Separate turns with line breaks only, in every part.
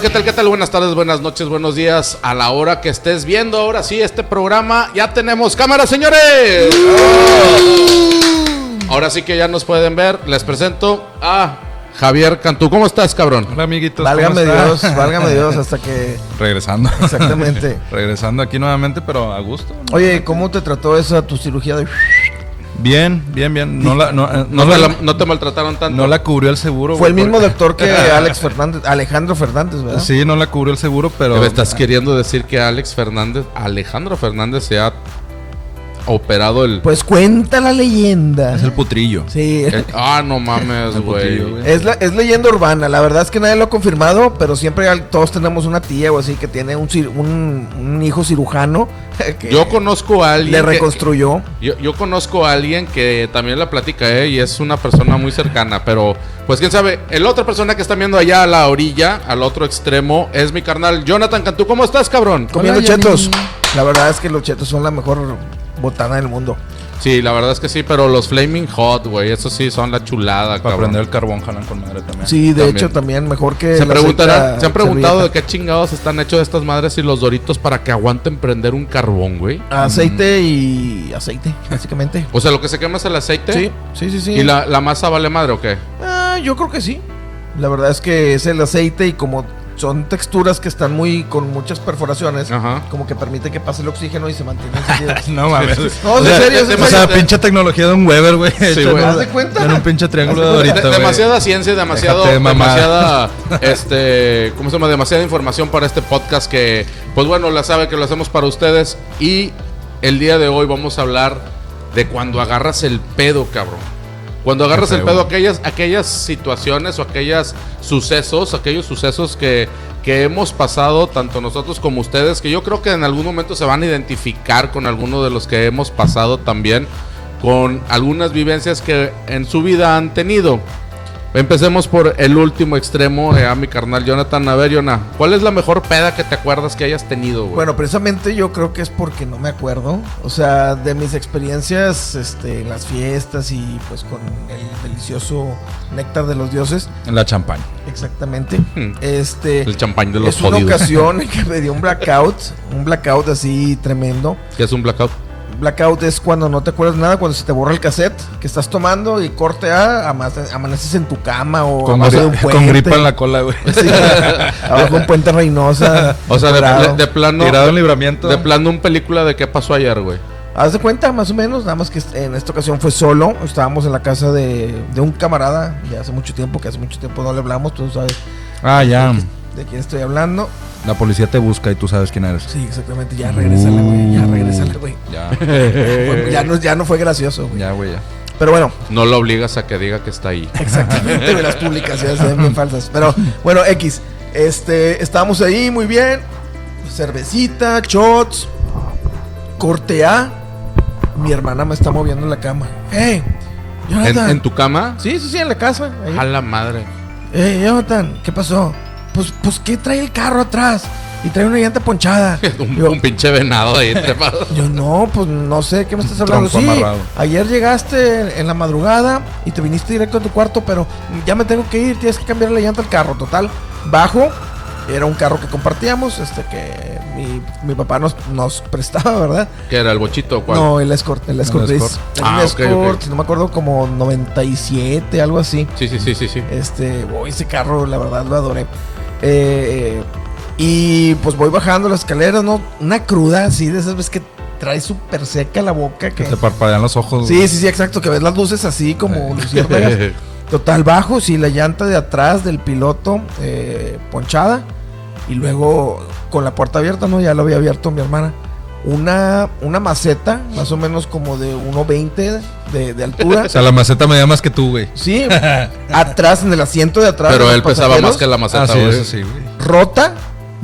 ¿Qué tal? ¿Qué tal? Buenas tardes, buenas noches, buenos días. A la hora que estés viendo ahora sí este programa, ya tenemos cámara, señores. Oh. Ahora sí que ya nos pueden ver. Les presento a Javier Cantú. ¿Cómo estás, cabrón?
Hola, amiguitos.
Válgame Dios, válgame Dios, hasta que.
Regresando.
Exactamente.
Regresando aquí nuevamente, pero a gusto. ¿no?
Oye, ¿cómo te trató esa tu cirugía de.?
Bien, bien, bien. No, la, no, eh,
No,
no la-
te, no te maltrataron tanto.
no la cubrió el seguro.
Fue el
güey,
mismo
porque-
doctor que Alex Fernández, Alejandro Fernández, ¿verdad?
Sí, no la cubrió el seguro, pero.
¿Me estás queriendo decir que Alex Fernández, Alejandro Fernández se ha operado el...
Pues cuenta la leyenda.
Es el putrillo.
Sí.
el- ah, no mames,
El
güey.
putillo, Pues, güey.
Es, la- es leyenda urbana, la verdad es que nadie lo ha confirmado, pero siempre al- todos tenemos una tía o así que tiene un, cir- un, un hijo cirujano que
Yo conozco a alguien...
le
que-
reconstruyó.
Yo, yo conozco a alguien que también la platica, ¿eh? Y es una persona muy cercana, pero pues quién sabe. El otra persona que están viendo allá a la orilla, al otro extremo, es mi carnal Jonathan Cantú. ¿Cómo estás, cabrón?
Comiendo
Hola,
chetos.
Janine.
La verdad es que los chetos son la mejor botana del mundo.
Sí, la verdad es que sí, pero los Flaming Hot, güey, eso sí son la chulada,
Para
cabrón.
prender el carbón, jalan con madre también.
Sí, de
Ah, También.
hecho también mejor que...
Se
la
preguntarán,
aceita
se han preguntado de qué
servilleta.
chingados están hechos estas madres y los doritos para que aguanten prender un carbón, güey.
Ah,
Mm.
Aceite y aceite, básicamente.
O sea, lo que se quema es el aceite.
Sí, sí, sí, sí.
¿Y la, la masa vale madre o qué?
Ah, yo creo que sí. La verdad es que es el aceite y como son texturas que están muy con muchas perforaciones,
Ajá.
como que permite que pase el oxígeno y se mantiene encendido.
No mames.
No, en
O sea,
serio, en
O sea,
serio.
pinche tecnología de un Weber, güey. hecha
güey.
en-
¿Haz de cuenta?
En un pinche triángulo de
De-
ahorita, güey.
demasiada ciencia, demasiado,
Déjate de mamar.
demasiada, este, ¿cómo se llama? Demasiada información para este podcast que, pues bueno, la sabe que lo hacemos para ustedes y el día de hoy vamos a hablar de cuando agarras el pedo, cabrón. Cuando agarras
Qué
el
feo.
pedo, aquellas, aquellas situaciones o aquellas sucesos, aquellos sucesos que, que hemos pasado, tanto nosotros como ustedes, que yo creo que en algún momento se van a identificar con alguno de los que hemos pasado también, con algunas vivencias que en su vida han tenido. Empecemos por el último extremo, eh, a mi carnal Jonathan. A ver, Jonah, ¿cuál es la mejor peda que te acuerdas que hayas tenido, güey?
Bueno, precisamente yo creo que es porque no me acuerdo. O sea, de mis experiencias este, en las fiestas y pues con el delicioso néctar de los dioses.
La champaña.
Exactamente.
Hmm.
Este.
el champán de los
es una
jodidos.
ocasión en que me dio un blackout. Un blackout así tremendo.
¿Qué es un blackout?
Blackout es cuando no te acuerdas nada, cuando se te borra el cassette que estás tomando y corte A, amane- amaneces en tu cama o
Con,
abajo
gri-
de un
con
puente.
gripa en la cola, güey.
Sí, abajo de un puente Reynosa.
O sea, de,
dorado.
de- de plano.
Tirado en libramiento.
De plano, un película de qué pasó ayer, güey.
Haz de cuenta, más o menos, nada más que en esta ocasión fue solo. Estábamos en la casa de, de un camarada de hace mucho tiempo, que hace mucho tiempo no le hablamos, tú sabes
Ah, ya.
de quién estoy hablando.
La policía te busca y tú sabes quién eres.
Sí, exactamente, ya regresale, güey, ya regresale, güey.
Ya, Eh.
Fue- Ya no, ya no fue gracioso, güey.
ya, güey, ya.
Pero bueno,
No lo obligas a que diga que está ahí.
Exactamente, güey, las publicaciones se ven bien falsas. Pero bueno, X. Este, estábamos ahí muy bien. Cervecita, shots. Corte A. Mi hermana me está moviendo en la cama. ¡Ey!
¿En,
Jonathan.
en tu cama?
Sí, sí, sí, en la casa. ahí.
A la madre.
¡Ey, Jonathan! ¿Qué pasó? Pues, pues, ¿qué trae el carro atrás? Y trae una llanta ponchada.
Un,
Yo-
un pinche venado ahí trepado.
yo no, pues no sé qué me estás hablando.
Tronco
Sí,
amarrado.
ayer llegaste en la madrugada y te viniste directo a tu cuarto, pero ya me tengo que ir, tienes que cambiar la llanta al carro. Total, bajo. Era un carro que compartíamos, este que mi, mi papá nos, nos prestaba, ¿verdad?
¿Qué era el bochito? o ¿Cuál?
No, el Escort, el Escort gris.
Escort.
Era
Ah,
un
ok,
Escort,
ok.
no me acuerdo, como 97, algo así.
Sí, sí, sí, sí, sí.
Este, voy ese carro, la verdad lo adoré. Eh, y pues voy bajando las escaleras, ¿no? Una cruda así de esas veces que trae súper seca la boca.
Que
Que...
te parpadean los ojos.
Sí, sí, sí, exacto, que ves las luces así como luciérnagas. Total, bajo, sí, la llanta de atrás del piloto eh, ponchada. Y luego con la puerta abierta, ¿no? Ya lo había abierto mi hermana. Una, una maceta, más o menos como de 1,20 de, de altura.
O sea, la maceta me da más que tú, güey.
Sí, atrás, en el asiento de atrás.
Pero
de los
él pesaba
pasajeros
más que la maceta,
Ah, sí,
güey.
eso sí, güey.
rota,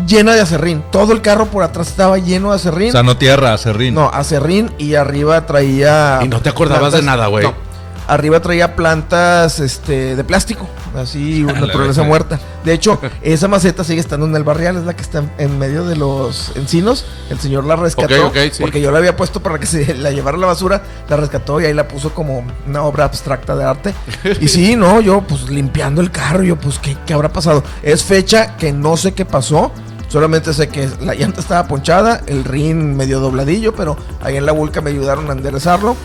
llena de acerrín. Todo el carro por atrás estaba lleno de acerrín.
O sea, no tierra, acerrín.
no, acerrín y arriba traía.
Y no te acordabas de nada, güey.
No. Arriba traía plantas este, de plástico, así,
La
naturaleza
verga.
muerta. De hecho, esa maceta sigue estando en el barrial, es la que está en medio de los encinos. El señor la
Ok,
rescató
ok, sí.
porque yo la había puesto para que se la llevara a la basura, la rescató y ahí la puso como una obra abstracta de arte. Y sí, no, yo pues limpiando el carro, yo pues ¿qué, qué habrá pasado. Es fecha que no sé qué pasó. Solamente sé que la llanta estaba ponchada, el rin medio dobladillo, pero ahí en la vulca me ayudaron a enderezarlo.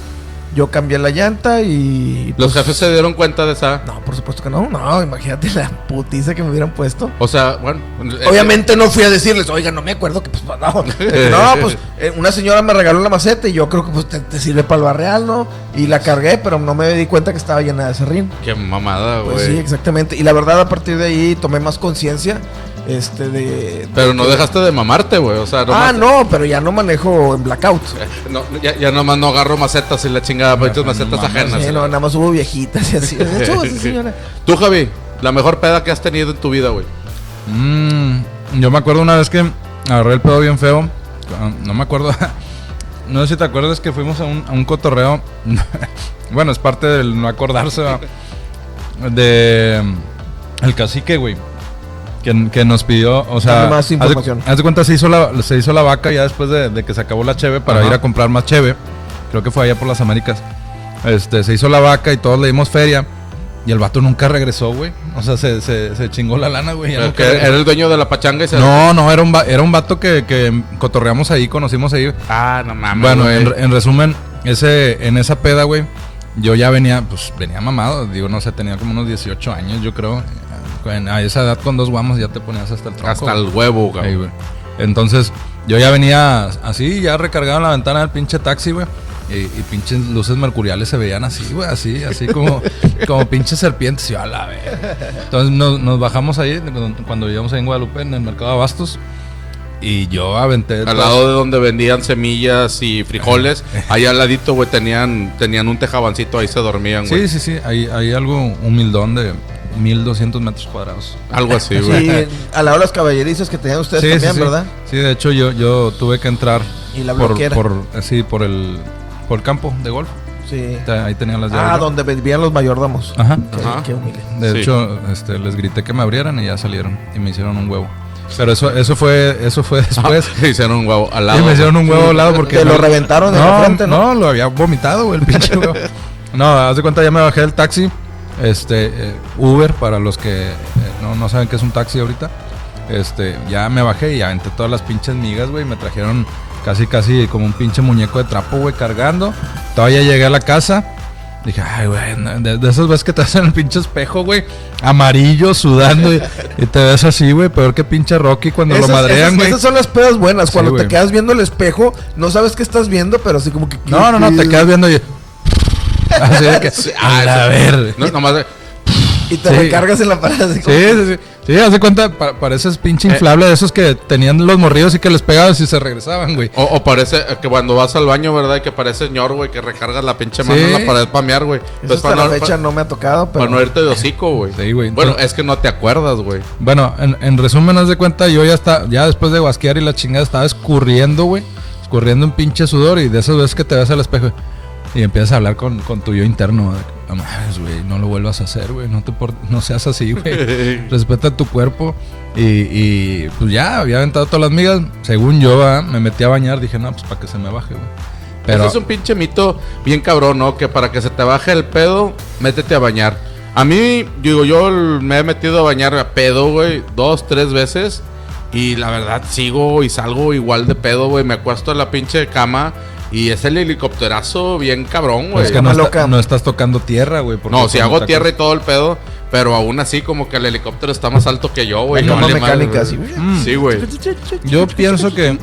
Yo cambié la llanta y...
Los
pues,
jefes se dieron cuenta de esa.
No, por supuesto que no. No, imagínate la putiza que me hubieran puesto.
O sea, bueno. eh,
Obviamente no fui a decirles, oiga, no me acuerdo que pues no. No, pues eh, una señora me regaló la maceta y yo creo que pues te, te sirve para el barreal, ¿no? Y la cargué, pero no me di cuenta que estaba llena de serrín.
Qué mamada, güey.
Pues sí, exactamente. Y la verdad, a partir de ahí tomé más conciencia, este, de...
Pero no dejaste de mamarte, güey. O sea, nomás-
Ah,
eh,
no, pero ya no manejo en blackout.
No, ya, ya nomás no agarro macetas y la chingada, pues
Ah, No,
tus macetas
no mames,
ajenas.
Sí, no, nada más hubo viejitas y así. Súbase, señora.
Tú, Javi, la mejor peda que has tenido en tu vida, güey.
Mm, yo me acuerdo una vez que agarré el pedo bien feo. Ah, No me acuerdo. No sé si te acuerdas que fuimos a un, a un cotorreo. bueno, es parte del no acordarse. ¿va? De. mm, El cacique, güey. Que, que nos pidió, o sea,
Dame más
haz de-
información.
Haz de, cuenta se hizo la se hizo la vaca ya después de, de que se acabó la cheve para
Ajá.
ir a comprar más cheve. Creo que fue allá por las Américas. Este, se hizo la vaca y todos le dimos feria y el vato nunca regresó, güey. O sea, se, se, se chingó la lana, güey. ya
Pero
nunca
Eh, que
regresó.
Era el dueño de la pachanga y se.
No, no, era un, va- era un vato que, que cotorreamos ahí, conocimos ahí.
Ah, no mames.
bueno,
güey.
en, re- en resumen, ese, en esa peda, güey, yo ya venía, pues venía mamado, digo, no sé, tenía como unos 18 años, yo creo. En- a esa edad con dos guamos ya te ponías hasta el tronco.
Hasta
güey.
el huevo, güey.
Ahí, güey. Entonces, yo ya venía así, ya recargado en la ventana del pinche taxi, güey. Y, y pinches luces mercuriales se veían así, güey, así, así como, como pinches serpientes. Y yo, a la verga. Entonces nos, nos bajamos ahí, cuando- cuando vivíamos ahí en Guadalupe, en el mercado de Abastos. Y yo aventé.
Al lado de donde vendían semillas y frijoles, ahí al ladito, güey, tenían, tenían un tejabancito, ahí se dormían, güey.
Sí, sí, sí. Hay, hay algo humildón de 1200 metros cuadrados.
Algo así, güey.
Sí, a la hora de los caballerizos que tenían ustedes
sí,
también,
sí, sí.
¿verdad?
Sí, de hecho yo, yo tuve que entrar
Y la
por,
bloquera.
por, sí, por el por el campo de golf.
Sí.
Ahí tenía las llaves.
Ah,
yo.
donde vivían los mayordomos.
Ajá.
Qué-
Ajá.
qué humilde.
De
Sí.
hecho, este, les grité que me abrieran y ya salieron y me hicieron un huevo. Pero eso, eso fue, eso fue después.
hicieron un huevo al lado.
y me hicieron un huevo al lado porque
Te lo reventaron en la
no,
frente, ¿no?
no, lo había vomitado güey, el pinche huevo. No, haz de cuenta ya me bajé del taxi, este eh, Uber para los que eh, no, no saben qué es un taxi ahorita. Este, ya me bajé y aventé todas las pinches migas, güey, me trajeron casi casi como un pinche muñeco de trapo, güey, cargando. Todavía llegué a la casa. Dije, ay, güey, no, de, de esas veces que te hacen el pinche espejo, güey, amarillo, sudando, y, y te ves así, güey, peor que pinche Rocky cuando
Esas,
lo madrean,
esas-
güey.
esas son las pedas buenas,
Sí,
cuando te
güey.
quedas viendo el espejo, no sabes qué estás viendo, pero así como que...
No, no, no, te quedas viendo y. Así de que.
Ah,
a la
eso-
ver.
No, nomás de-
Y te
Sí.
recargas en la parada así
Sí,
como-
sí, sí. Sí, haz de cuenta, pa- pareces pinche
Eh.
inflable de esos que tenían los morridos y que les pegabas y se regresaban, güey.
o, o parece eh, que cuando vas al baño, ¿verdad? Y Que parece señor, güey, que recargas la pinche mano en
Sí.
la pared para mear, güey.
Eso
Entonces,
hasta
para no,
la fecha
Pues pa-
no me ha tocado, pero...
para no irte de hocico, güey.
Sí, güey.
Bueno,
Entonces-
es que no te acuerdas, güey.
Bueno, en, en resumen, haz de cuenta, yo ya está, ya después de guasquear y la chingada estaba escurriendo, güey. Escurriendo un pinche sudor y de esas veces que te ves al espejo y empiezas a hablar con, con tu yo interno. de que, "No mames, güey, no lo vuelvas a hacer, güey. No, te por- no seas así, güey. Respeta tu cuerpo. Y, y, pues ya, había aventado todas las migas. Según yo, ¿verdad? me metí a bañar. Dije, no, pues para que se me baje, güey. Pero
Ese es un pinche mito bien cabrón, ¿no? Que para que se te baje el pedo, métete a bañar. A mí, digo, yo l- me he metido a bañar a pedo, güey, dos, tres veces. Y la verdad, sigo y salgo igual de pedo, güey. Me acuesto en la pinche cama y es el helicópterazo bien cabrón,
pues,
güey.
es que no,
Cama
está-
loca.
no estás tocando tierra, güey. porque
No, si
cuando
hago
te
tierra y todo el pedo, pero aún así como que el helicóptero está más alto que yo, güey.
La cama
vale madre,
mecánica,
güey.
así,
Mm.
Sí, güey.
Yo pienso que.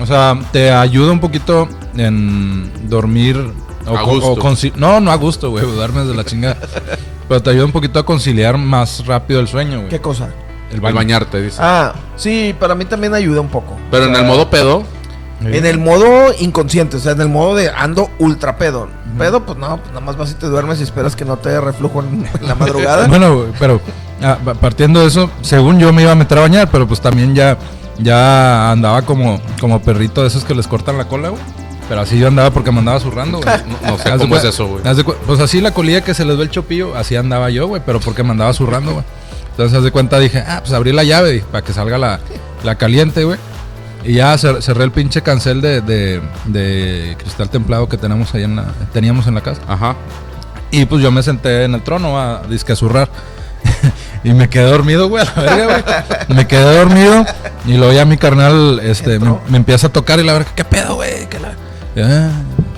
O sea, te ayuda un poquito en dormir. O
A
co-
gusto.
o conci- no, no a gusto, güey. Duermes de la chingada. Pero te ayuda un poquito a conciliar más rápido el sueño, güey.
¿Qué cosa?
El
Al
baño.
bañarte, dice.
Ah, sí, para mí también ayuda un poco.
Pero en el
ah.
modo pedo,
En el modo inconsciente, o sea, en el modo de ando ultra pedo. Pedo, pues no, pues nada más vas y te duermes y esperas que no te dé reflujo en la madrugada.
Bueno, güey, pero ah, pa- partiendo de eso, según yo me iba a meter a bañar, pero pues también ya, ya andaba como, como perrito de esos que les cortan la cola, güey. Pero así yo andaba porque me andaba zurrando, güey.
No, no sé
Haz de
cómo es
cuen-
eso, güey.
haz de cuen- Pues así la colilla que se les ve el chopillo, así andaba yo, güey, pero porque me andaba zurrando, güey. Entonces, haz de cuenta, dije, ah, pues abrí la llave dije, para que salga la, la caliente, güey. Y ya cer- cerré el pinche cancel de, de- de cristal templado que tenemos ahí en la, teníamos en la casa.
Ajá.
Y pues yo me senté en el trono a disque a zurrar. y me quedé dormido, güey, a la verga, güey. Me quedé dormido. Y luego ya mi carnal este, me,
Entró.
me empieza a tocar y la verga, ¿qué pedo, güey? ¿Qué la-?" Ya,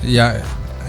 ya,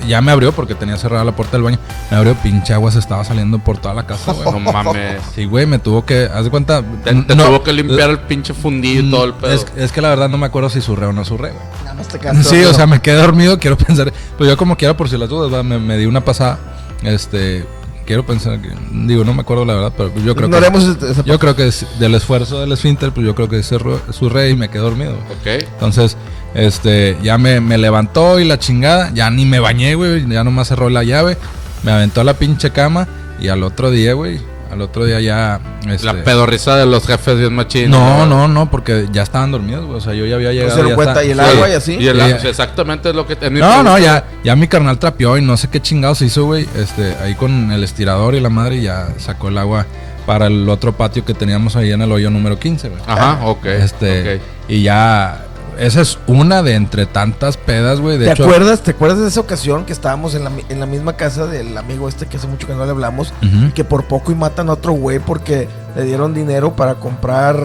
ya me abrió porque tenía cerrada la puerta del baño. Me abrió, pinche agua se estaba saliendo por toda la casa, güey.
No mames.
Sí, güey, me tuvo que. Haz de cuenta.
Te, te
no, Mm,
tuvo que limpiar el pinche fundido y todo el pedo.
Es, es que la verdad no me acuerdo si zurré o no zurré, güey.
Nada más te quedaste
Sí, o
dormido.
sea, me quedé dormido, quiero pensar. Pues yo como quiera, por si las dudas, va, me, me di una pasada. Este, quiero pensar que. Digo, no me acuerdo la verdad, pero yo creo
no
que.
haremos ese- ese-
Yo creo que es del esfuerzo del esfínter, pues yo creo que cerró su rey y me quedé dormido. güey.
Ok.
Entonces, este, ya me, me levantó y la chingada. Ya ni me bañé, güey. Ya nomás cerró la llave. Me aventó a la pinche cama. Y al otro día, güey. Al otro día ya. este,
La pedorriza de los jefes bien machín.
No, no, no, porque ya estaban dormidos, güey. O sea, yo ya había llegado.
se dieron
ya
cuenta
estaba-
y el
Sí.
agua y así.
Y el-
Sí.
o sea, exactamente es lo que tenía.
No, no, ya, ya mi carnal trapeó y no sé qué chingados hizo, güey. Este, ahí con el estirador y la madre y ya sacó el agua para el otro patio que teníamos ahí en el hoyo número 15, güey.
Ajá, Ah, ok.
este,
ok.
y ya, esa es una de entre tantas pedas, güey. De
¿Te
hecho,
acuerdas? ¿Te acuerdas de esa ocasión que estábamos en la, mi- en la misma casa del amigo este que hace mucho que no le hablamos?
Ujú.
Que por poco y matan a otro güey porque le dieron dinero para comprar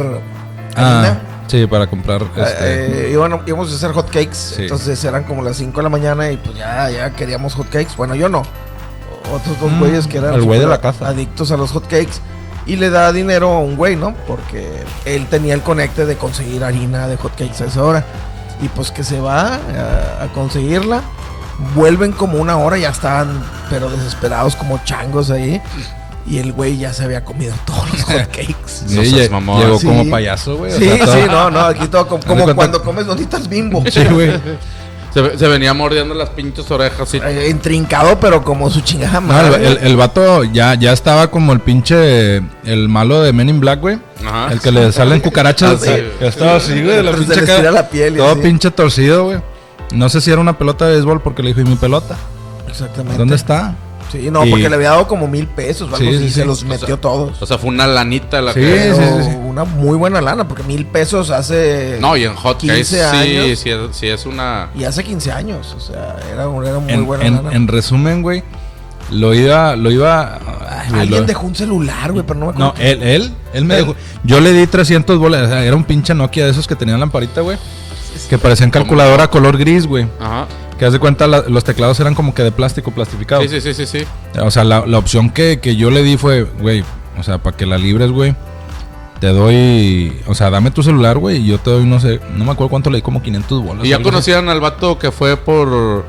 Ah,
harina.
sí, para comprar, este,
Eh, eh, iban- íbamos a hacer hot cakes.
Sí.
Entonces eran como las 5 de la mañana y pues ya, ya queríamos hot cakes. Bueno, yo no. Otros dos
Mm,
güeyes que eran
el güey de
súper
la casa.
adictos a los hot cakes. Y le da dinero a un güey, ¿no? Porque él tenía el conecte de conseguir harina de hot cakes a esa hora. Y pues que se va eh, a, a conseguirla. Vuelven como una hora, ya estaban, pero desesperados como changos ahí. Y el güey ya se había comido todos los hot cakes.
sí,
No seas
lle-
mamón.
llegó
Sí.
como payaso, güey. o
Sí,
sea, todo-
sí, no, no, aquí todo como, como
cuenta-
cuando comes donitas bimbo.
Sí, güey.
Se, se venía mordiendo las pinches orejas y
Eh, Entrincado, pero como su chingada
No,
madre.
el, el- el vato ya, ya estaba como el pinche, el malo de Men in Black, güey.
Ah,
Ajá.
El que le salen cucarachas.
Ah, sí.
Ya estaba así, güey. de La
Pues Se
pinche
les
cara.
tira la piel y
Todo
así.
pinche torcido, güey. No sé si era una pelota de béisbol porque le dijo, ¿y mi pelota?
Exactamente.
¿Dónde está?
Sí, no,
Y-
porque le había dado como mil pesos, o algo
Sí,
así,
sí,
y se
sí.
los metió todos.
O sea, fue una lanita la
Sí,
que.
sí,
Pero
sí, sí.
Una muy buena lana, porque mil pesos hace.
No, y en hot case
15
sí,
años.
sí, es- sí es una.
Y hace 15 años, o sea, era, un- era muy
en,
buena
en-
lana.
en resumen, güey, lo iba, lo iba... ay, güey,
Ah, Alguien
lo-
dejó un celular, güey, pero no me acuerdo.
No, él, él, él me
Él.
dejó- Yo le di 300 bolas. o sea, era un pinche Nokia de esos que tenían lamparita, güey. Que parecían calculadora color gris, güey.
Ajá.
Que haz de cuenta, la- los teclados eran como que de plástico, plastificado.
Sí, sí, sí, sí, sí.
O sea, la, la opción que, que yo le di fue, güey, o sea, para que la libres, güey, te doy, o sea, dame tu celular, güey, y yo te doy, no sé, no me acuerdo cuánto le di, como 500 bolas.
¿Y ya
algo así.
conocían al vato que fue por,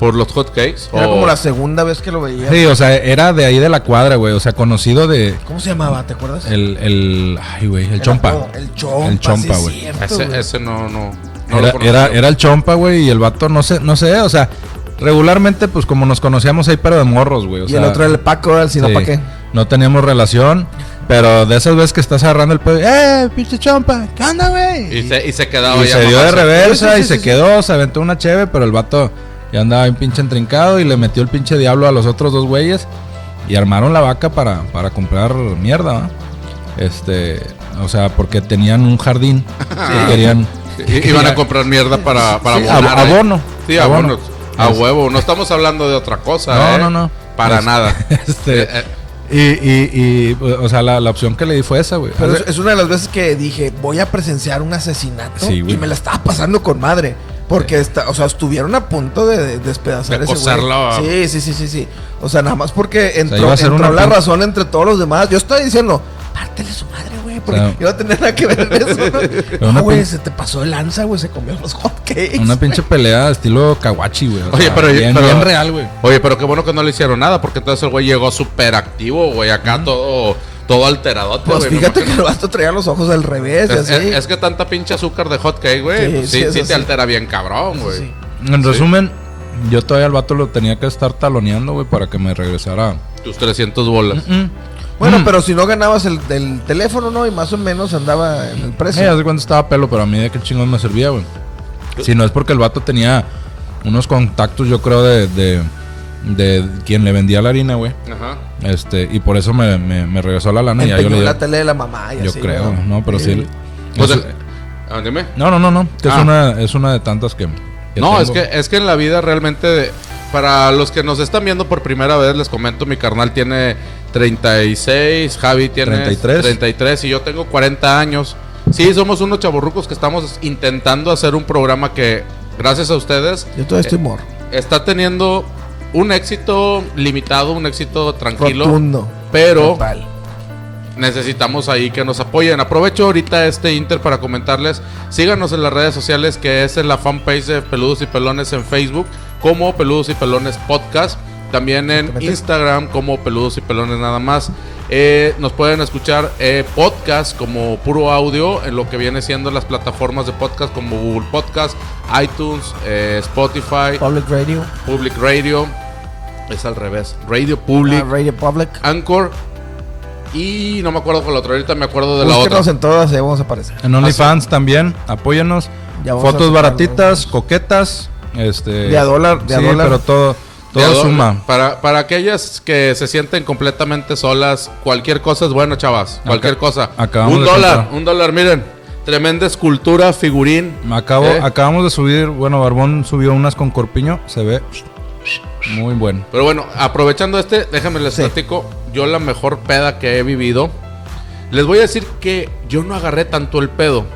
por los hot cakes?
Era
¿O-
como la segunda vez que lo veía.
Sí, o sea, era de ahí de la cuadra, güey, o sea, conocido de
¿Cómo se llamaba? ¿Te acuerdas?
el, el, ay, güey, el
Era
chompa.
como El chompa.
El Chompa,
sí,
güey.
es cierto,
Ese,
güey.
ese no, no. no
Era,
lo conocí.
era, era el chompa, güey, y el vato, no sé, no sé, o sea, regularmente, pues como nos conocíamos ahí, pero de morros, güey. o
y
sea,
el otro era el Paco, era el
Sí.
Sinapa, ¿qué?
No teníamos relación, pero de esas veces que estás agarrando el pedo, ¡eh, pinche chompa! ¿Qué onda, güey?
Y se, y se quedaba
Y
ya
se dio de
mamás.
reversa
Sí, sí,
y
sí,
se
sí.
quedó, se aventó una cheve, pero el vato ya andaba bien pinche entrincado y le metió el pinche diablo a los otros dos güeyes y armaron la vaca para, para comprar mierda, ¿va? Este, o sea, porque tenían un jardín y querían
I- Iban a comprar mierda para, para
Sí,
abonar,
ab-
¿eh?
abono.
Sí, abono.
Abono.
A
Es-
huevo. No estamos hablando de otra cosa,
No,
¿eh?
no, no.
Para
Es-
nada.
este,
Eh, eh,
y, y, y, o sea, la, la opción que le di fue esa, güey.
Pero es, es una de las veces que dije, voy a presenciar un asesinato
Sí, güey.
y me la estaba pasando con madre. Porque, está, o sea, estuvieron a punto de, de despedazar
De
ese
acosarlo a-
güey. Sí, sí, sí, sí, sí. O sea, nada más porque entró,
iba a ser
entró
una
la
pun-
razón entre todos los demás. Yo estaba diciendo, pártele su madre, güey, porque
Claro.
yo no tenía nada que ver en eso.
Una
no, güey,
pin-
se te pasó el lanza, güey, se comió los hotcakes.
Una pinche pelea estilo kawachi, güey. o
Oye,
sea,
pero-
bien,
pero-
bien real, güey.
Oye, pero qué bueno que no le hicieron nada, porque entonces el güey llegó súper activo, güey, acá todo, todo alterado.
Pues fíjate que el vato traía los ojos al revés y
es,
así.
es- es que tanta pinche azúcar de hot cake, güey,
Sí,
pues sí,
sí,
sí,
es
te
así.
altera bien cabrón, güey.
Sí.
En resumen, yo todavía al vato lo tenía que estar taloneando, güey, para que me regresara.
Tus 300 bolas.
Bueno, pero si no ganabas el, el teléfono, ¿no? Y más o menos andaba en el precio.
Sí, hace cuando estaba pelo, pero a mí de qué chingón me servía, güey. Si no es porque el vato tenía unos contactos, yo creo, de, de, de quien le vendía la harina, güey.
Ajá.
Este, y por eso me, me, me regresó la lana y ya Ah, yo
Empeñó
le di-
la tele de la mamá. y
Yo
así,
creo,
¿verdad?
no, pero sí.
O
es-
sea, ah, dime.
no, no, no, no. Que
Ah.
es, una, es una de tantas que. que
No, es
tengo.
que, es que en la vida realmente, para los que nos están viendo por primera vez, les comento, mi carnal tiene 36, Javi tiene
33.
33 y yo tengo 40 años. Sí, somos unos chavorrucos que estamos intentando hacer un programa que, gracias a ustedes,
Yo todavía estoy morro.
está teniendo un éxito limitado, un éxito tranquilo.
Rotundo.
Pero
Total.
necesitamos ahí que nos apoyen. Aprovecho ahorita este Inter para comentarles. Síganos en las redes sociales que es en la fanpage de Peludos y Pelones en Facebook como Peludos y Pelones Podcast. También en
Exactamente.
Instagram como Peludos y Pelones nada más. Eh, nos pueden escuchar eh, podcast como puro audio en lo que viene siendo las plataformas de podcast como Google Podcast, iTunes, eh, Spotify,
Public Radio.
Public Radio. Es al revés. Radio Public.
Ah, radio Public.
Anchor y no me acuerdo con la otra, ahorita me acuerdo de la otra.
Búsquenos en todas y ahí vamos a aparecer.
Ah,
En OnlyFans también, apóyanos.
Ya vamos a
Fotos
sacar
baratitas, coquetas. Este,
De a dólar, de a
sí,
dólar.
pero todo, todo
Te adoro.
suma.
Para, para aquellas que se sienten completamente solas, cualquier cosa es bueno, chavas. Cualquier
Acá-
cosa.
acabamos
un
de
dólar,
comprar.
un dólar, miren. Tremenda escultura, figurín.
Me Acabo,
¿Eh?
Acabamos de subir, bueno, Barbón subió unas con corpiño, se ve muy bueno.
Pero bueno, aprovechando este, déjenme les
Sí.
platico. Yo la mejor peda que he vivido. Les voy a decir que yo no agarré tanto el pedo,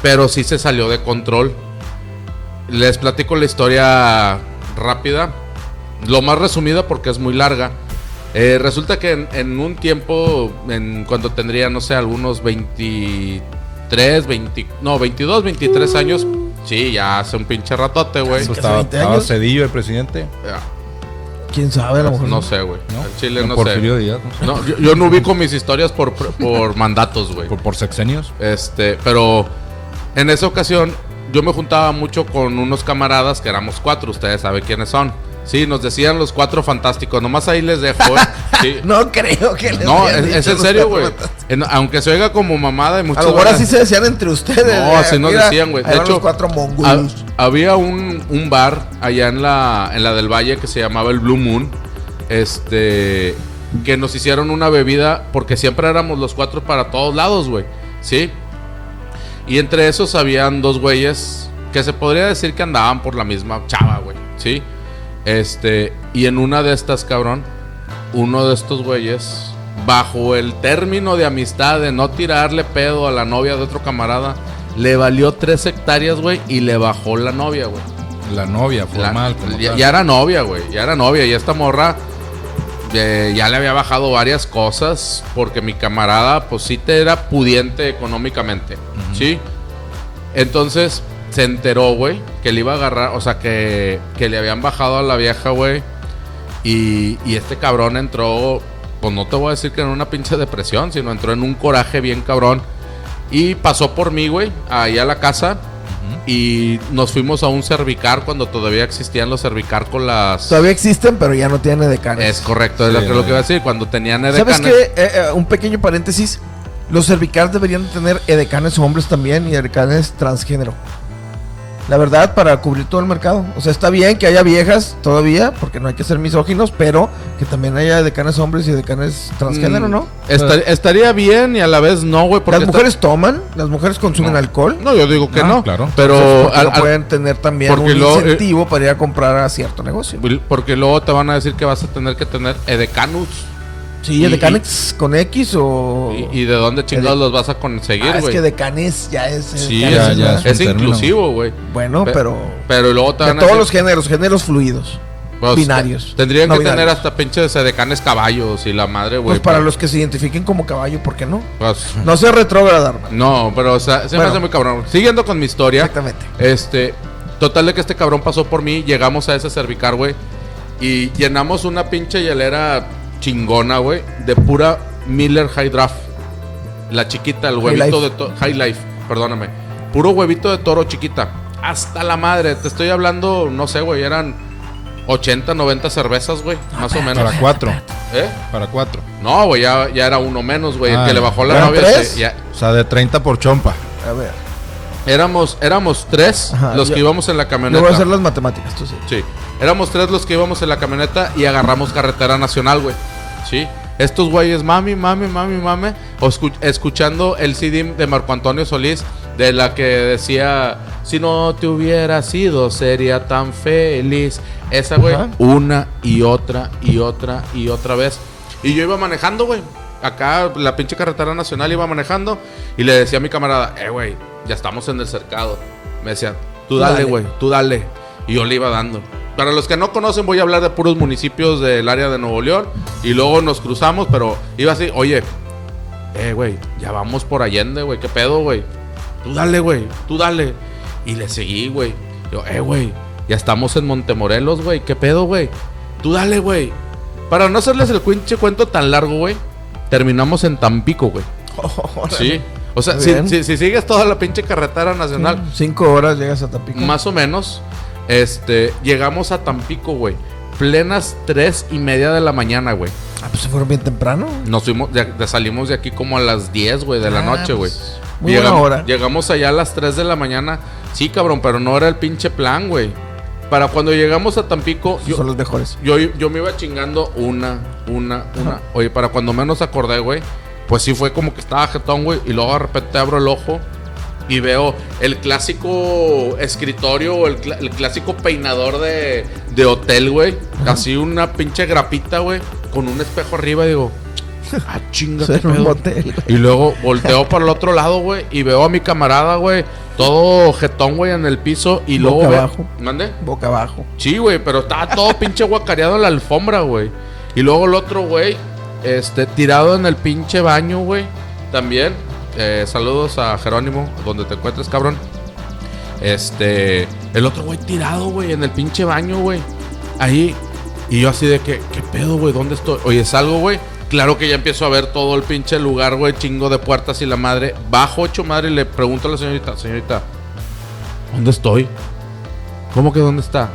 pero sí se salió de control. Les platico la historia rápida, lo más resumida porque es muy larga. Eh, resulta que en, en un tiempo, en cuando tendría, no sé, algunos 23, 20, no, 22, 23 años, sí, ya hace un pinche ratote, güey.
Eso
hace
estaba,
20
estaba
años.
Cedillo, el presidente.
Ya,
¿Quién sabe? A lo mejor.
Pues, No sé, güey.
¿no?
En Chile
Con
no sé.
Porfirio Díaz, no sé.
No, yo, yo no ubico mis historias por, por mandatos, güey.
Por, por sexenios.
Este, pero en esa ocasión yo me juntaba mucho con unos camaradas que éramos cuatro, ustedes saben quiénes son. Sí, nos decían los cuatro fantásticos, nomás ahí les dejo. ¿eh? Sí.
No creo que les
No,
hayan
es, es
dicho
en serio,
los
güey.
cuatro
En- Aunque se oiga como mamada y
A
muchos...
lo mejor
van a-
así se decían entre ustedes.
No,
eh,
así nos
mira,
decían, güey.
ahí
De
van
hecho,
los cuatro
Ha-
mongolos.
Ah, había un, un bar allá en la, en la del Valle que se llamaba el Blue Moon. Este. Que nos hicieron una bebida porque siempre éramos los cuatro para todos lados, güey. ¿Sí? Y entre esos habían dos güeyes que se podría decir que andaban por la misma chava, güey. ¿Sí? Este. Y en una de estas, cabrón, uno de estos güeyes, bajo el término de amistad de no tirarle pedo a la novia de otro camarada, le valió tres hectáreas, güey, y le bajó la novia, güey.
La novia,
La-
formal. como
ya,
tal.
ya era novia, güey. Ya era novia. Y esta morra eh, ya le había bajado varias cosas. Porque mi camarada, pues sí te era pudiente económicamente. ¿Sí? Entonces se enteró, güey, que le iba a agarrar. O sea, que, que le habían bajado a la vieja, güey. Y, y este cabrón entró, pues no te voy a decir que en una pinche depresión, sino entró en un coraje bien cabrón. Y pasó por mí, güey, ahí a la casa. Y nos fuimos a un cervicar cuando todavía existían los cervicar con las.
Todavía existen, pero ya no tienen edecanes.
Es correcto, es lo
Sí,
que- lo
güey.
que iba a decir. Cuando tenían
¿Sabes
edecanes.
qué? Eh, eh, un pequeño paréntesis. Los cervicales deberían tener edecanes hombres también y edecanes transgénero. La verdad, para cubrir todo el mercado. O sea, está bien que haya viejas todavía, porque no hay que ser misóginos, pero que también haya edecanes hombres y edecanes transgénero,
Mm,
¿no?
esta- estaría bien y a la vez no, güey. porque
Las
está-
mujeres toman, las mujeres consumen
No.
alcohol.
No, yo digo que
Ah,
no.
claro.
Pero.
Entonces, ¿por qué
al-
no
al-
pueden tener también
porque
un
lo- eh,
incentivo para ir a comprar a cierto negocio.
porque luego te van a decir que vas a tener que tener edecanus.
Sí,
y-
edecanes con X o...
¿Y, y de dónde chingados
Oh. Ede-
los vas a conseguir,
Ah,
güey?
es que edecanes ya es...
Sí,
edecanes,
es,
ya
¿verdad?
es un
es
término.
inclusivo, güey.
Bueno,
Pe-
pero...
Pero luego te
De
van a
todos los
decir-
géneros, géneros fluidos.
pues,
binarios,
Tendrían
no
que tener
binarios.
hasta pinches edecanes caballos y la madre, güey.
pues para
pero-
los que se identifiquen como caballo, ¿por qué no?
pues,
No sea retrógrada, hermano.
no, pero o sea, se me
Bueno.
hace muy cabrón. Siguiendo con mi historia,
Exactamente.
este, total de que este cabrón pasó por mí, llegamos a ese cervicar, güey, y llenamos una pinche hielera chingona, güey, de pura Miller High Draft. La chiquita, el huevito
Life.
de to- High Life, perdóname. Puro huevito de toro chiquita. Hasta la madre, te estoy hablando, no sé, güey, eran 80, 90 cervezas, güey, más o menos.
Para cuatro.
¿Eh?
Para cuatro.
No, güey, ya, ya era uno menos, güey. el
Ah,
que le bajó la este,
¿eran
novia.
tres?
se- ya-
O sea, de 30 por chompa.
A ver.
éramos, éramos tres
Ajá,
los
yo-
que íbamos en la camioneta.
Yo voy a hacer las matemáticas, tú sí.
Sí. Éramos tres los que íbamos en la camioneta y agarramos carretera nacional, güey. Sí. Estos güeyes, mami, mami, mami, mami, oscu- escuchando el CD de Marco Antonio Solís, de la que decía, si no te hubiera sido, sería tan feliz. Esa, güey,
Ajá.
una y otra y otra y otra vez. Y yo iba manejando, güey. Acá, la pinche carretera nacional iba manejando y le decía a mi camarada, eh, güey, ya estamos en el cercado. Me decía, tú dale,
Dale.
güey, tú dale. Y yo le iba dando. Para los que no conocen, voy a hablar de puros municipios del área de Nuevo León. Y luego nos cruzamos, pero iba así, oye, eh, güey, ya vamos por Allende, güey, qué pedo, güey. Tú dale, güey, tú dale. Y le seguí, güey. Yo, eh, güey, ya estamos en Montemorelos, güey, qué pedo, güey. Tú dale, güey. Para no hacerles el pinche cuento tan largo, güey, terminamos en Tampico, güey.
Oh,
Sí. O sea,
Muy
si,
bien.
si- si sigues toda la pinche carretera nacional,
Mm, Cinco horas llegas a Tampico.
más o menos, este, llegamos a Tampico, güey. Plenas tres y media de la mañana, güey.
Ah, pues se fueron bien temprano.
Nos fuimos, de- de- salimos de aquí como a las 10, güey, de la
Ah,
noche, güey.
pues, muy
Llegam-
buena hora.
Llegamos allá a las 3 de la mañana. Sí, cabrón, pero no era el pinche plan, güey. Para cuando llegamos a Tampico, yo,
Son los mejores.
yo, yo me iba chingando una, una, una. Oye, para cuando menos acordé, güey, pues sí fue como que estaba jetón, güey. Y luego de repente abro el ojo y veo el clásico escritorio o el, cla- el clásico peinador de, de hotel, güey. Así una pinche grapita, güey, con un espejo arriba. Y digo, ah, chinga, qué
Ser un
pedo".
hotel.
Y luego volteo para el otro lado, güey, y veo a mi camarada, güey, todo jetón, güey, en el piso. Y
Boca
luego. veo-
abajo.
¿Mande?
Boca abajo.
Sí, güey, pero estaba todo pinche guacareado en la alfombra, güey. Y luego el otro, güey, este, tirado en el pinche baño, güey. También. Eh, saludos a Jerónimo, donde te encuentres, cabrón. Este, el otro güey tirado, güey, en el pinche baño, güey. Ahí. Y yo así de que, ¿qué pedo, güey? ¿Dónde estoy? Oye, salgo, güey. Claro que ya empiezo a ver todo el pinche lugar, güey, chingo de puertas y la madre. Bajo ocho madre y le pregunto a la señorita, señorita, ¿dónde estoy? ¿Cómo que dónde está?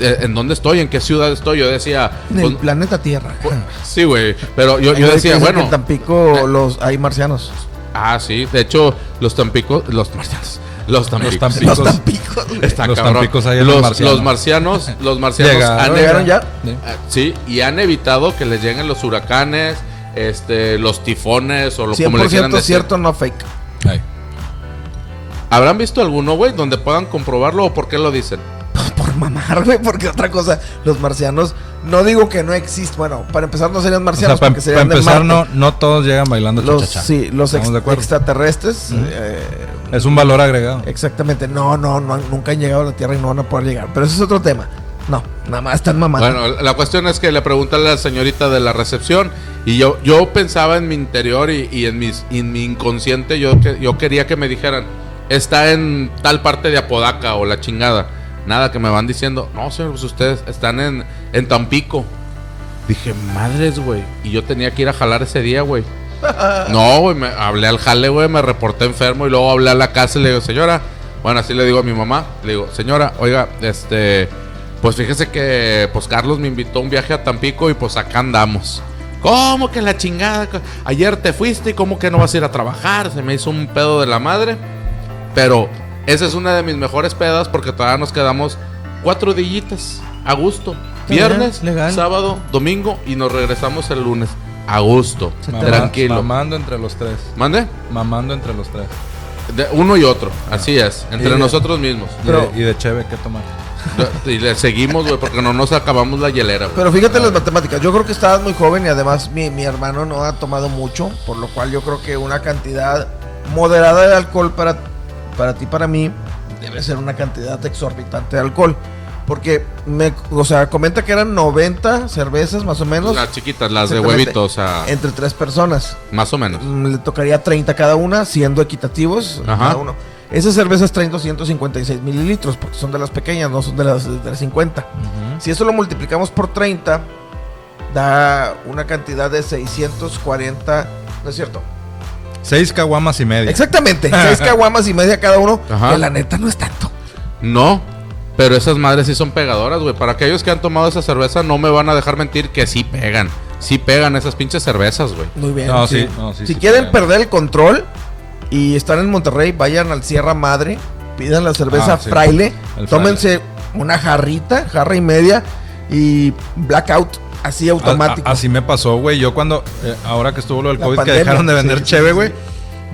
Eh, ¿En dónde estoy? ¿En qué ciudad estoy? Yo decía,
En el
pues,
planeta Tierra.
sí, güey. Pero yo, yo
Hay
decía,
veces que
bueno, eh,
En Tampico los, hay marcianos.
ah, sí. De hecho, los tampicos, los marcianos, los tampicos.
Tampicos.
sí.
Los
Tampicos.
Está
Los
cabrón.
tampicos ahí en los
los,
marcianos.
los marcianos, los marcianos
Llegaron,
han-
¿Llegaron ya?
Sí.
Ah, Sí, y han evitado que les lleguen los huracanes, este, los tifones o lo como le quieran
100%
decir.
cierto, no fake.
Ahí.
¿Habrán visto alguno, güey, donde puedan comprobarlo o por qué lo dicen?
Por mamar, güey, porque otra cosa, los marcianos, no digo que no existen. Bueno, para empezar no serían
O sea,
marcianos
para
porque serían de
empezar,
Marte.
no, no todos llegan bailando
Los,
cha-cha-cha.
sí, los
Estamos
ex-
de acuerdo.
extraterrestres, eh,
Es un valor agregado.
exactamente, no, no, no, nunca han llegado a la Tierra y no van a poder llegar, pero eso es otro tema. No, nada más están mamando.
Bueno, la cuestión es que le pregunté a la señorita de la recepción y yo, yo pensaba en mi interior y, y en, mis, y en mi inconsciente, yo, que- yo quería que me dijeran, está en tal parte de Apodaca o la chingada. Nada, que me van diciendo, no, señor, pues ustedes están en, en Tampico. Dije, madres, güey. Y yo tenía que ir a jalar ese día, güey. No, güey, me hablé al jale, güey, me reporté enfermo y luego hablé a la casa y le digo, señora, bueno, así le digo a mi mamá, le digo, señora, oiga, este, pues fíjese que, pues Carlos me invitó a un viaje a Tampico y pues acá andamos. ¿Cómo que la chingada? Ayer te fuiste y cómo que no vas a ir a trabajar, se me hizo un pedo de la madre. Pero esa es una de mis mejores pedas porque todavía nos quedamos cuatro dillitas a gusto.
Está
Viernes,
bien, legal.
sábado, domingo y nos regresamos el lunes a gusto,
Mamá-
tranquilo.
Mamando entre los tres.
¿Mande?
Mamando entre los tres.
De uno y otro, así es, entre
Ah. Y-
nosotros mismos.
Y,
Pero-
de, y de cheve, ¿qué tomar?
Y le seguimos, güey, porque no nos acabamos la hielera, güey.
Pero fíjate las matemáticas, yo creo que estabas muy joven y además mi, mi hermano no ha tomado mucho, por lo cual yo creo que una cantidad moderada de alcohol para, para ti, para mí, debe ser una cantidad exorbitante de alcohol. Porque, me, o sea, comenta que eran 90 cervezas más o menos
Las chiquitas, las de
Exactamente.
huevitos, o sea,
entre tres personas.
más o menos.
Mm, Le tocaría 30 cada una, siendo equitativos
Ajá.
cada uno. Esas cervezas traen 256 mililitros, porque son de las pequeñas, no son de las de las 50. Si eso lo multiplicamos por 30, da una cantidad de 640, ¿no es cierto?
Seis caguamas y media.
Exactamente, seis caguamas y media cada uno,
Ajá.
que la neta no es tanto.
No, pero esas madres sí son pegadoras, güey. Para aquellos que han tomado esa cerveza, no me van a dejar mentir que sí pegan. Sí pegan esas pinches cervezas, güey.
Muy bien.
No, sí, no, sí, sí,
si quieren
pero-
perder el control, y están en Monterrey, vayan al Sierra Madre, pidan la cerveza
Ah, sí.
fraile,
El Fraile.
tómense una jarrita, jarra y media y blackout, así
Ah,
automático.
A- a- así me pasó, güey. Yo cuando, eh, ahora que estuvo lo del
La
COVID,
pandemia,
que dejaron de vender
sí,
cheve,
sí,
güey.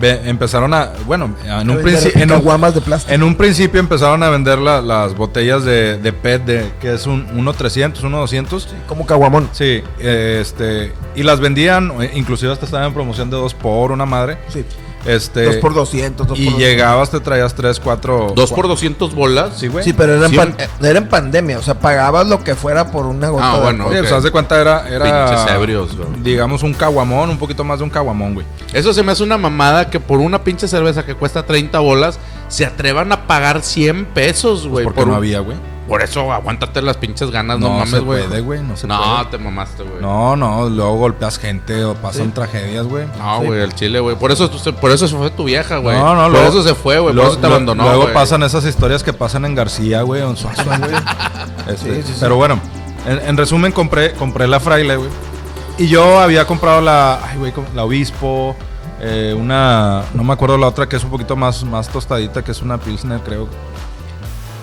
ve- Empezaron a, bueno, ah, en un,
Deben
princi-
de
en, un,
caguamas de plástico.
en un principio empezaron a vender la- las botellas de, de PET, de, que es un 1.300, 1.200. Sí.
como caguamón.
Sí, eh, este, y las vendían, eh, inclusive hasta estaban en promoción de dos por una madre.
Sí.
Este,
dos por 200, dos
y
por
llegabas, te traías tres, cuatro.
¿Dos por 200 bolas?
Sí, güey.
Sí, pero era en, pan-
Siempre.
era en pandemia, o sea, pagabas lo que fuera por una gota.
Ah,
de
bueno.
alcohol.
Oye,
ok.
pues, haz de cuenta era,
Pinches
era
ebrios, güey.
digamos un caguamón, un poquito más de un caguamón, güey.
Eso se me hace una mamada que por una pinche cerveza que cuesta 30 bolas se atrevan a pagar 100 pesos, güey.
porque
por,
no
un-
había, güey.
por eso aguántate las pinches ganas, no,
No se
mames, güey.
puede, güey, no se puede.
te mamaste, güey. No.
No, no, luego golpeas gente o pasan tragedias, güey.
güey, el chile, güey. Por eso, tú se- por eso se fue tu vieja, güey.
No, no,
Por
luego-
eso se fue, güey. Por
luego-
eso te
lo-
abandonó,
Luego
güey.
pasan esas historias que pasan en García, güey, o en Suazo, güey. Este,
Sí, sí, sí.
Pero bueno, en, en resumen, compré, compré la fraile, güey. Y yo había comprado la, ay, güey, como- la obispo, eh, una, no me acuerdo la otra que es un poquito más, más tostadita, que es una pilsner, creo.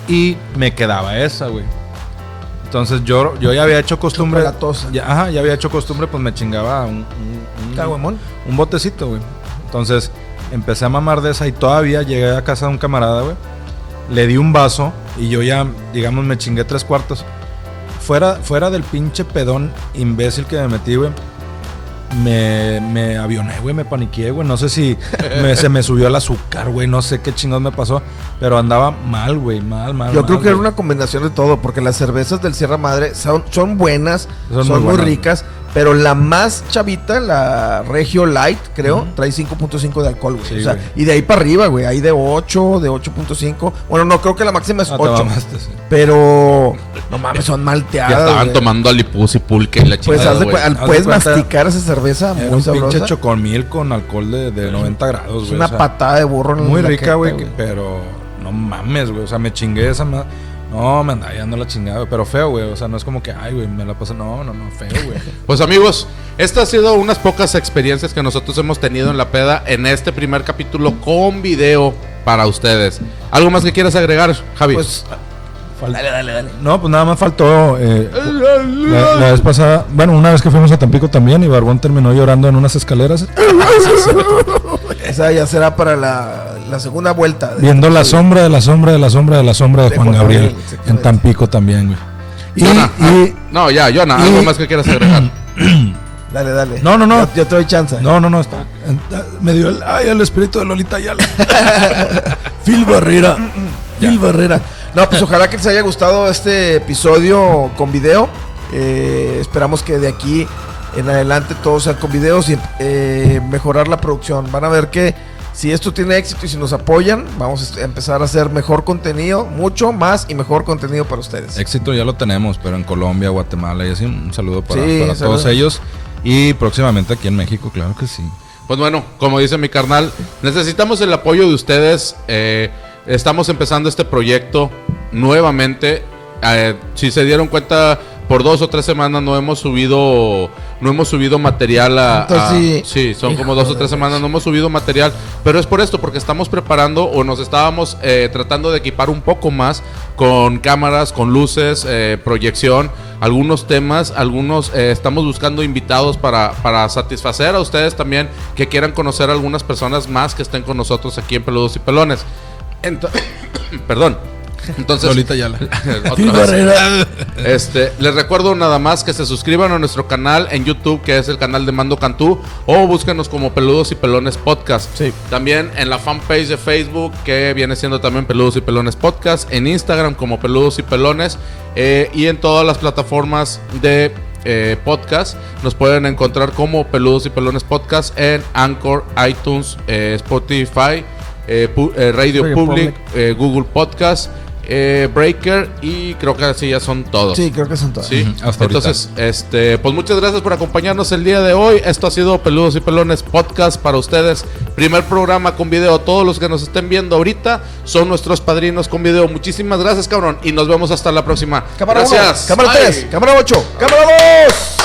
Y me quedaba esa, güey. Entonces yo, yo ya había hecho costumbre.
Chocolatosa.
Ya, ajá, ya había hecho costumbre, pues me chingaba un, un- un-
Caguamón.
un botecito, güey. Entonces, empecé a mamar de esa y todavía llegué a casa de un camarada, güey. Le di un vaso y yo ya, digamos, me chingué tres cuartos. Fuera, fuera del pinche pedón imbécil que me metí, güey. Me, me avioné, güey, me paniqué, güey. No sé si me- se me subió el azúcar, güey. No sé qué chingados me pasó. Pero andaba mal, güey. Mal, mal.
Yo
mal,
creo que era
güey.
una combinación de todo, porque las cervezas del Sierra Madre son, son buenas,
Son
son,
muy
muy,
buenas.
ricas, pero la más chavita, la Regio Light, creo,
Ujú.
trae 5.5 de alcohol, güey.
Sí,
o sea,
güey.
y de ahí para arriba, güey, hay de 8, de 8.5. Bueno, no, creo que la máxima es
Ah, te
8.
mamaste, sí.
Pero, no mames, son
Ya
malteadas.
estaban
güey.
tomando alipus y pulque y la
Pues
chingada,
haz de
güey.
cu- al-
Haz de
puedes
cuenta,
masticar esa cerveza
Era
muy
un pinche
sabrosa.
chocomil con alcohol de, de 90 grados,
Es
güey.
una
o sea,
patada de burro en la
Muy rica,
jeta,
güey, que- pero no mames, güey. O sea, me chingué esa ma- No, me andaba yendo la chingada, güey, pero feo, güey. O sea, no es como que, ay, güey, me la pasé. No, no, no, feo, güey.
Pues amigos, esta ha sido unas pocas experiencias que nosotros hemos tenido en la peda en este primer capítulo con video para ustedes. ¿Algo más que quieras agregar, Javi?
Pues,
Fal-
dale, dale, dale.
No, pues nada más faltó. eh, la, la vez pasada, bueno, una vez que fuimos a Tampico también y Barbón terminó llorando en unas escaleras,
Esa ya será para la, la segunda vuelta. de-
viendo la sombra de la sombra de la sombra de la sombra de
De
Juan
Juan Gabriel,
Gabriel en
exactamente.
Tampico también, güey. Y,
Jonah,
y-
ah, no, ya, Jonah, ¿algo
y-
más que quieras agregar?
Dale, dale.
No, no, no.
Yo, yo te doy chance.
No, no, no, está. en- ah, Me dio el, ay, el espíritu de Lolita Ayala.
Phil Barrera. Phil Barrera. No, pues ojalá que les haya gustado este episodio con video. Eh, esperamos que de aquí en adelante todo sea con videos y eh, mejorar la producción. Van a ver que si esto tiene éxito y si nos apoyan, vamos a est- empezar a hacer mejor contenido, mucho más y mejor contenido para ustedes.
Éxito ya lo tenemos, pero en Colombia, Guatemala y así. Un saludo para,
Sí,
para
saludos.
todos ellos. Y próximamente aquí en México, claro que sí.
Pues bueno, como dice mi carnal, necesitamos el apoyo de ustedes. eh, estamos empezando este proyecto nuevamente. Eh, si se dieron cuenta, por dos o tres semanas no hemos subido, no hemos subido material a. a-
Entonces,
sí, son
Pues hijo
como dos o
de
tres
la
semanas no hemos subido material, pero es por esto, porque estamos preparando o nos estábamos eh, tratando de equipar un poco más con cámaras, con luces, eh, proyección, algunos temas, algunos eh, estamos buscando invitados para, para satisfacer a ustedes también que quieran conocer a algunas personas más que estén con nosotros aquí en Peludos y Pelones. Ento- Perdón. Entonces,
Lolita Ayala.
otra vez. Este, les recuerdo nada más que se suscriban a nuestro canal en YouTube, que es el canal de Mando Cantú, o búsquenos como Peludos y Pelones Podcast.
Sí.
También en la fanpage de Facebook, que viene siendo también Peludos y Pelones Podcast, en Instagram como Peludos y Pelones, eh, y en todas las plataformas de eh, podcast. Nos pueden encontrar como Peludos y Pelones Podcast en Anchor, iTunes, eh, Spotify, eh, pu- eh, Radio,
Radio
Public,
Public.
eh, Google Podcast. eh, Breaker y creo que así ya son todos.
Sí, creo que son todas.
Sí,
Ujú, hasta ahorita.
entonces, este, pues muchas gracias por acompañarnos el día de hoy. Esto ha sido Peludos y Pelones Podcast para ustedes. Primer programa con video. Todos los que nos estén viendo ahorita son nuestros padrinos con video. Muchísimas gracias, cabrón. Y nos vemos hasta la próxima.
Cámara uno,
gracias.
cámara
Bye.
3, cámara 8, cámara 2.